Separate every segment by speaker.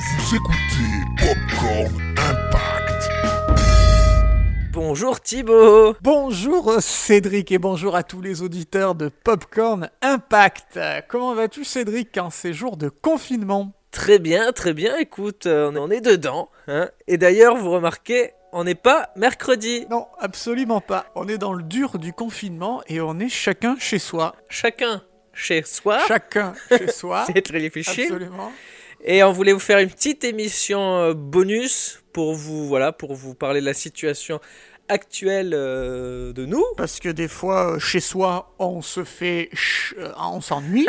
Speaker 1: Vous écoutez Popcorn Impact.
Speaker 2: Bonjour Thibaut
Speaker 3: Bonjour euh, Cédric et bonjour à tous les auditeurs de Popcorn Impact. Euh, Comment vas-tu Cédric en ces jours de confinement
Speaker 2: Très bien, très bien, écoute, euh, on est dedans. hein. Et d'ailleurs, vous remarquez, on n'est pas mercredi.
Speaker 3: Non, absolument pas. On est dans le dur du confinement et on est chacun chez soi.
Speaker 2: Chacun chez
Speaker 3: Ah.
Speaker 2: soi.
Speaker 3: Chacun chez soi.
Speaker 2: C'est très difficile.
Speaker 3: Absolument.
Speaker 2: Et on voulait vous faire une petite émission euh, bonus pour vous, voilà, pour vous parler de la situation actuelle euh, de nous.
Speaker 3: Parce que des fois, euh, chez soi, on se fait... ch- euh, on s'ennuie.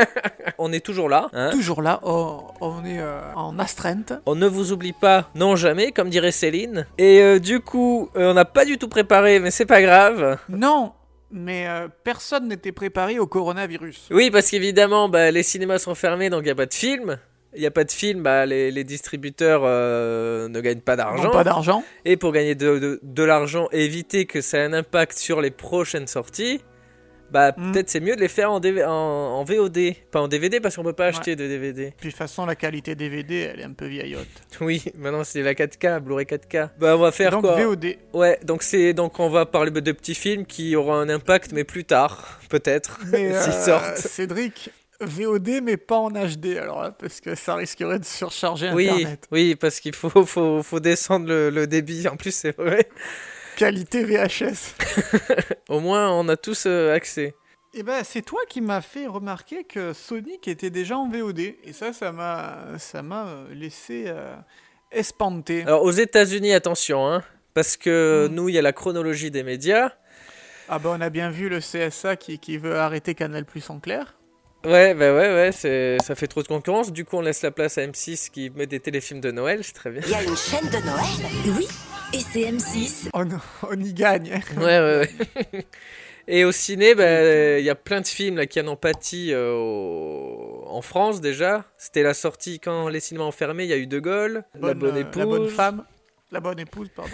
Speaker 2: On est toujours là. hein.
Speaker 3: Toujours là, on, on est euh, en astreinte.
Speaker 2: On ne vous oublie pas, non jamais, comme dirait Céline. Et euh, du coup, euh, on n'a pas du tout préparé, mais c'est pas grave.
Speaker 3: Non, mais euh, personne n'était préparé au coronavirus.
Speaker 2: Oui, parce qu'évidemment, bah, les cinémas sont fermés, donc il n'y a pas de film. Il n'y a pas de film, bah, les, les distributeurs euh, ne gagnent pas
Speaker 3: Non,
Speaker 2: d'argent.
Speaker 3: pas d'argent.
Speaker 2: Et pour gagner de, de- de l'argent et éviter que ça ait un impact sur les prochaines sorties, bah,
Speaker 3: Mm.
Speaker 2: peut-être c'est mieux de les faire en, DV en- en VOD. Pas en DVD, parce qu'on peut pas
Speaker 3: Ouais.
Speaker 2: acheter de DVD.
Speaker 3: Puis de toute façon, la qualité DVD, elle est un peu vieillotte.
Speaker 2: Oui, maintenant c'est la 4K, Blu-ray 4K. Bah, on va faire
Speaker 3: Donc
Speaker 2: quoi
Speaker 3: VOD.
Speaker 2: Ouais, donc c'est donc on va parler de petits films qui auront un impact, mais plus tard, peut-être,
Speaker 3: Mais,
Speaker 2: s'ils
Speaker 3: euh,
Speaker 2: sortent.
Speaker 3: Cédric, VOD, mais pas en HD, alors, hein, parce que ça risquerait de surcharger
Speaker 2: Oui,
Speaker 3: Internet.
Speaker 2: oui, parce qu'il faut, faut, faut descendre le, le débit. En plus, c'est vrai.
Speaker 3: Qualité VHS.
Speaker 2: Au moins, on a tous euh, accès.
Speaker 3: Eh ben, c'est toi qui m'as fait remarquer que Sonic était déjà en VOD, et ça, ça m'a, ça m'a euh, laissé euh, espanté.
Speaker 2: Alors, aux États-Unis, attention, hein, parce que
Speaker 3: Mm.
Speaker 2: nous, il y a la chronologie des médias.
Speaker 3: Ah ben, on a bien vu le CSA qui, qui veut arrêter Canal Plus en clair.
Speaker 2: Ouais, bah ouais, ouais, c'est- ça fait trop de concurrence. Du coup, on laisse la place à M6 qui met des téléfilms de Noël, c'est très bien.
Speaker 4: Il y a une chaîne de Noël Oui, et c'est M6.
Speaker 3: On, on y gagne.
Speaker 2: Ouais, ouais, ouais. Et au ciné, bah, il y a plein de films là, qui en ont pâti euh, au- en France déjà. C'était la sortie quand les cinémas ont fermé, il y a eu De Gaulle, La
Speaker 3: Bonne,
Speaker 2: Bonne
Speaker 3: euh,
Speaker 2: Épouse.
Speaker 3: la bonne femme. La bonne épouse, pardon.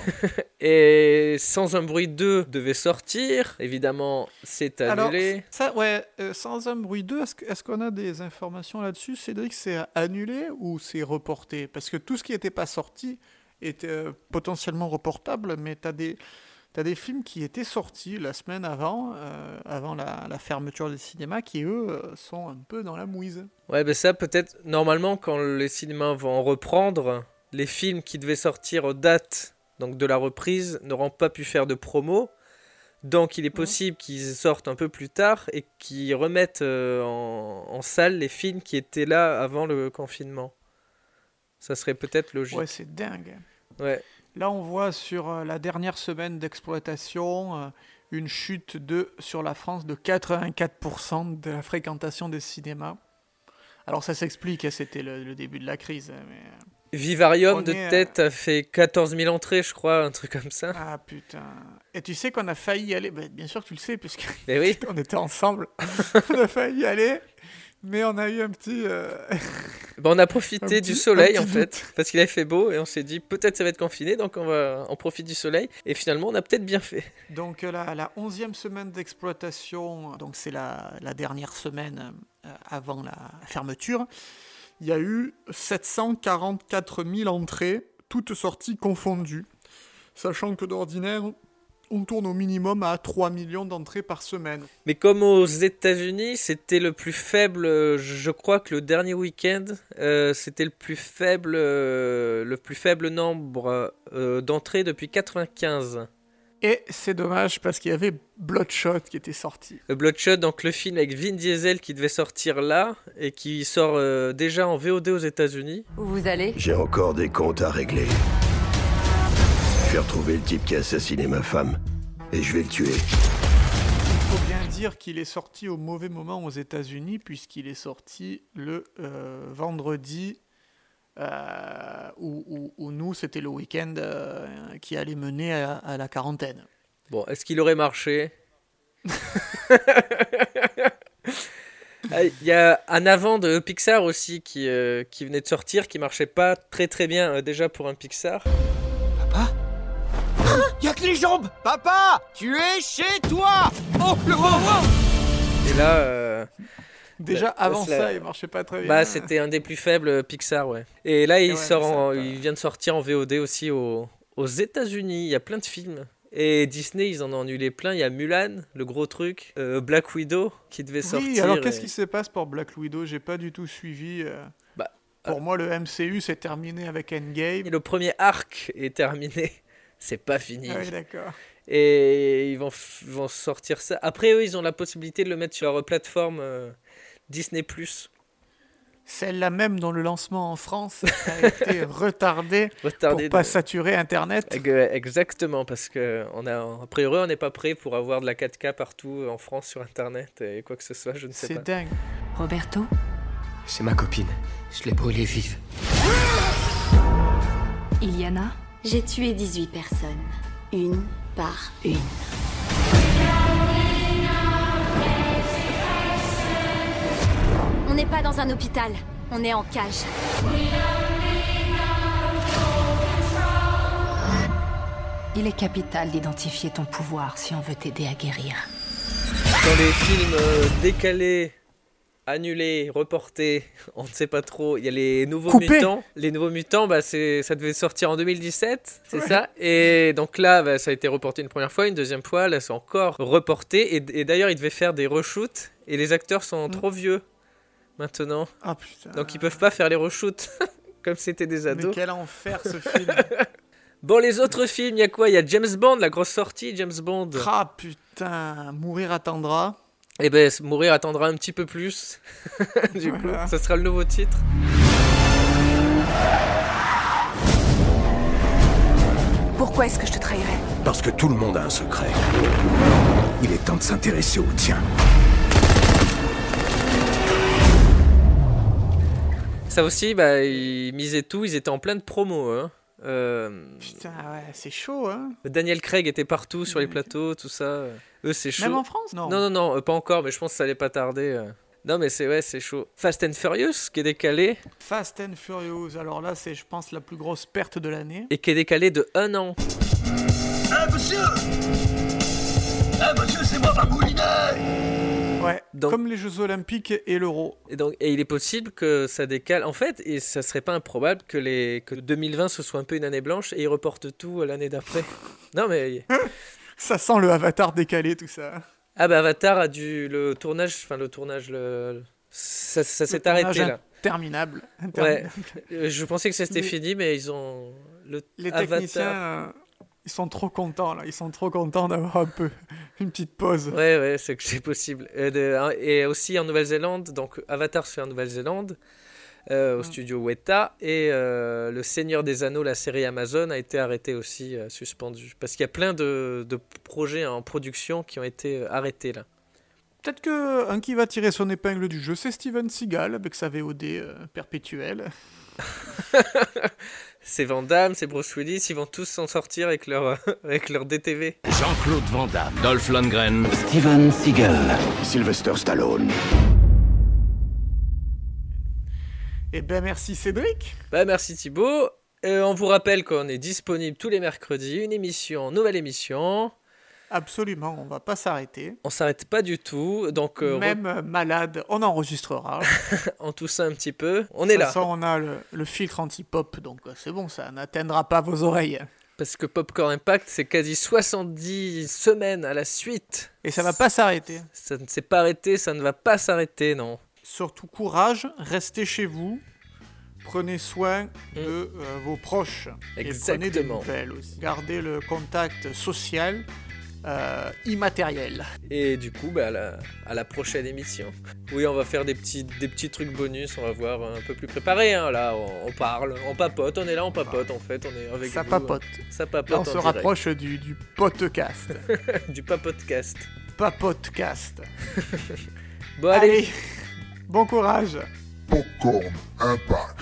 Speaker 2: Et Sans un bruit 2 devait sortir. Évidemment, c'est
Speaker 3: Alors,
Speaker 2: annulé.
Speaker 3: ça, ouais, euh, sans un bruit 2, est-ce que- est-ce qu'on a des informations là-dessus Cédric, c'est annulé ou c'est reporté Parce que tout ce qui n'était pas sorti était euh, potentiellement reportable, mais tu as des. T'as des films qui étaient sortis la semaine avant, euh, avant la, la fermeture des cinémas, qui eux euh, sont un peu dans la mouise.
Speaker 2: Ouais, bah ça peut-être, normalement, quand les cinémas vont reprendre, les films qui devaient sortir aux dates donc de la reprise n'auront pas pu faire de promo. Donc il est possible qu'ils sortent un peu plus tard et qu'ils remettent euh, en, en salle les films qui étaient là avant le confinement. Ça serait peut-être logique.
Speaker 3: Ouais, c'est dingue.
Speaker 2: Ouais.
Speaker 3: Là, on voit sur euh, la dernière semaine d'exploitation euh, une chute de, sur la France de 84% de la fréquentation des cinémas. Alors ça s'explique, hein, c'était le, le début de la crise. hein, Mais... euh,
Speaker 2: Vivarium
Speaker 3: On
Speaker 2: de
Speaker 3: est, euh,
Speaker 2: tête a fait 14 000 entrées, je crois, un truc comme ça.
Speaker 3: Ah putain. Et tu sais qu'on a failli y aller, bah, bien sûr tu le sais, puisque
Speaker 2: Mais oui.
Speaker 3: on était ensemble, on a failli y aller, mais on a eu un petit... euh,
Speaker 2: Bah, on a
Speaker 3: Un
Speaker 2: profité
Speaker 3: petit-
Speaker 2: du
Speaker 3: un
Speaker 2: soleil en
Speaker 3: petit
Speaker 2: fait, parce qu'il avait fait beau et on s'est dit peut-être ça va être confiné, donc on va en profiter du soleil. Et finalement, on a peut-être bien fait.
Speaker 3: Donc euh, la, la 11e semaine d'exploitation, donc c'est la, la dernière semaine euh, avant la fermeture, il y a eu 744 000 entrées, toutes sorties confondues, sachant que d'ordinaire, on tourne au minimum à 3 millions d'entrées par semaine.
Speaker 2: Mais comme aux États-Unis, c'était le plus faible, euh, je crois que le dernier week-end, euh, c'était le plus faible, euh, le plus faible nombre euh, d'entrées depuis 95.
Speaker 3: Et c'est dommage parce qu'il y avait Bloodshot qui était sorti.
Speaker 2: Le Bloodshot, Euh, donc le film avec Vin Diesel qui devait sortir là et qui sort euh, déjà en VOD aux États-Unis.
Speaker 4: Où vous allez
Speaker 5: J'ai encore des comptes à régler. Je vais retrouver le type qui a assassiné ma femme. Et je vais le tuer.
Speaker 3: Il faut bien dire qu'il est sorti au mauvais moment aux États-Unis, puisqu'il est sorti le euh, vendredi, euh, où, où- où nous, c'était le week-end euh, qui allait mener à, à la quarantaine.
Speaker 2: Bon, est-ce qu'il aurait marché Ah, Il y a un avant de Pixar aussi qui, euh, qui venait de sortir, qui marchait pas très très bien euh, déjà pour un Pixar.
Speaker 6: Y a que les jambes Papa, tu es chez toi Oh, le
Speaker 2: Et là, euh,
Speaker 3: Déjà
Speaker 2: Bah,
Speaker 3: avant
Speaker 2: c'est la-
Speaker 3: ça, il marchait pas très bien.
Speaker 2: Bah, c'était un des plus faibles euh, Pixar, ouais. Et là, il,
Speaker 3: ouais,
Speaker 2: sort
Speaker 3: mais ça,
Speaker 2: en-
Speaker 3: pas-
Speaker 2: il vient de sortir en VOD aussi au- aux États-Unis. Il y a plein de films. Et Disney, ils en ont annulé plein. Il y a Mulan, le gros truc. euh, Black Widow, qui devait sortir.
Speaker 3: Oui, alors qu'est-ce
Speaker 2: et-
Speaker 3: qui se passe pour Black Widow J'ai pas du tout suivi. euh,
Speaker 2: Bah,
Speaker 3: pour moi, le MCU s'est terminé avec Endgame.
Speaker 2: Et Le premier arc est terminé. C'est pas fini.
Speaker 3: Ah oui, d'accord.
Speaker 2: Et ils vont, f- ils vont sortir ça. Après, eux, ils ont la possibilité de le mettre sur leur plateforme euh, Disney.
Speaker 3: Celle-là même dont le lancement en France a été retardé pour
Speaker 2: Retardé. de-
Speaker 3: pas saturer Internet.
Speaker 2: Ex- Exactement, parce que on a, a priori, on n'est pas prêt pour avoir de la 4K partout euh, en France sur Internet et quoi que ce soit, je ne sais
Speaker 3: C'est
Speaker 2: pas.
Speaker 3: dingue.
Speaker 6: Roberto
Speaker 7: C'est ma copine. Je l'ai brûlée vive.
Speaker 6: Iliana
Speaker 4: J'ai tué 18 personnes, une par une. On n'est pas dans un hôpital, on est en cage.
Speaker 6: Il est capital d'identifier ton pouvoir si on veut t'aider à guérir.
Speaker 2: Dans les films euh, décalés, annulés, reportés, on ne sait pas trop, il y a les Nouveaux
Speaker 3: Coupés.
Speaker 2: Mutants. Les Nouveaux Mutants, bah, c'est- ça devait sortir en 2017, c'est ça Et donc là, bah, ça a été reporté une première fois, une deuxième fois, là, c'est encore reporté. Et, et d'ailleurs, ils devaient faire des reshoots et les acteurs sont trop vieux maintenant.
Speaker 3: Mm. Ah putain.
Speaker 2: Donc ils peuvent pas faire les reshoots comme c'était des
Speaker 3: Mais
Speaker 2: ados.
Speaker 3: quel enfer ce film.
Speaker 2: Bon les autres films, il y a quoi Il y a James Bond, la grosse sortie James Bond.
Speaker 3: ah putain. Mourir attendra.
Speaker 2: Et ben mourir attendra un petit peu plus. du coup,
Speaker 3: Voilà.
Speaker 2: ça sera le nouveau titre.
Speaker 8: Pourquoi est-ce que je te trahirais
Speaker 5: Parce que tout le monde a un secret. Il est temps de s'intéresser au tien.
Speaker 2: Ça aussi, bah ils misaient tout, ils étaient en plein de promos. hein. Euh,
Speaker 3: Putain, ouais, c'est chaud, hein.
Speaker 2: Daniel Craig était partout sur les plateaux, tout ça. Eux c'est chaud.
Speaker 3: Même en France, non.
Speaker 2: Non, non, non, euh, pas encore, mais je pense que ça allait pas tarder. euh. Non mais c'est ouais, c'est chaud. Fast and Furious qui est décalé
Speaker 3: Fast and Furious. Alors là, c'est, je pense, la plus grosse perte de l'année.
Speaker 2: et qui est décalé de un an.
Speaker 3: Ouais.
Speaker 2: Donc-
Speaker 3: Comme les Jeux Olympiques et l'Euro.
Speaker 2: Et, donc, et il est possible que ça décale. En fait, et ça serait pas improbable que, les, que 2020 ce soit un peu une année blanche et ils reportent tout à l'année d'après. non mais
Speaker 3: Ça sent le Avatar décalé, tout ça.
Speaker 2: ah bah Avatar a dû le tournage, enfin le tournage le ça, ça s'est arrêté là.
Speaker 3: Terminable.
Speaker 2: Ouais. Euh, Je pensais que c'était
Speaker 3: Mais-
Speaker 2: fini, mais ils ont le
Speaker 3: Les
Speaker 2: Avatar.
Speaker 3: techniciens, euh, ils sont trop contents là. Ils sont trop contents d'avoir un peu une petite pause.
Speaker 2: Ouais, ouais, c'est que c'est possible. Et, de- hein, et aussi en Nouvelle-Zélande, donc Avatar se fait en Nouvelle-Zélande, euh, au studio Weta, et euh, Le Seigneur des Anneaux, la série Amazon, a été arrêtée aussi, euh, suspendue. Parce qu'il y a plein de, de projets en production qui ont été euh, arrêtés là.
Speaker 3: Peut-être que un qui va tirer son épingle du jeu, c'est Steven Seagal avec sa VOD euh, perpétuelle.
Speaker 2: C'est Van Damme, c'est Bruce Willis, ils vont tous s'en sortir avec leur, avec leur DTV.
Speaker 7: Jean-Claude Van Damme. Dolph Lundgren.
Speaker 9: Steven Seagal.
Speaker 5: Sylvester Stallone.
Speaker 3: Eh ben merci Cédric.
Speaker 2: Bah, merci Thibaut. Euh, on vous rappelle qu'on est disponible tous les mercredis, une émission, nouvelle émission.
Speaker 3: Absolument, on va pas s'arrêter.
Speaker 2: On s'arrête pas du tout, donc euh,
Speaker 3: Même euh, malade, on enregistrera.
Speaker 2: on tousse un petit peu. On
Speaker 3: De
Speaker 2: est
Speaker 3: toute
Speaker 2: là.
Speaker 3: façon, on a le, le filtre anti-pop, donc euh, c'est bon, ça n'atteindra pas vos oreilles.
Speaker 2: Parce que Popcorn Impact, c'est quasi 70 semaines à la suite.
Speaker 3: Et ça va pas s'arrêter.
Speaker 2: Ça ne s'est pas arrêté, ça ne va pas s'arrêter, non.
Speaker 3: Surtout courage, restez chez vous, prenez soin de euh, vos proches. Et prenez des
Speaker 2: Mm. Exactement.
Speaker 3: nouvelles aussi. Gardez le contact social euh, immatériel.
Speaker 2: Et du coup, bah, à, la, à la prochaine émission. Oui, on va faire des petits, des petits trucs bonus, on va voir un peu plus préparé. hein. Là, on, on parle, on papote, on est là, on papote en fait, on est avec
Speaker 3: Ça
Speaker 2: vous.
Speaker 3: papote.
Speaker 2: Ça
Speaker 3: Là,
Speaker 2: papote.
Speaker 3: on
Speaker 2: en
Speaker 3: se
Speaker 2: direct.
Speaker 3: rapproche du, du podcast.
Speaker 2: du papodcast.
Speaker 3: Papodcast.
Speaker 2: Bon, allez.
Speaker 3: Allez, bon courage.
Speaker 1: Popcorn Impact.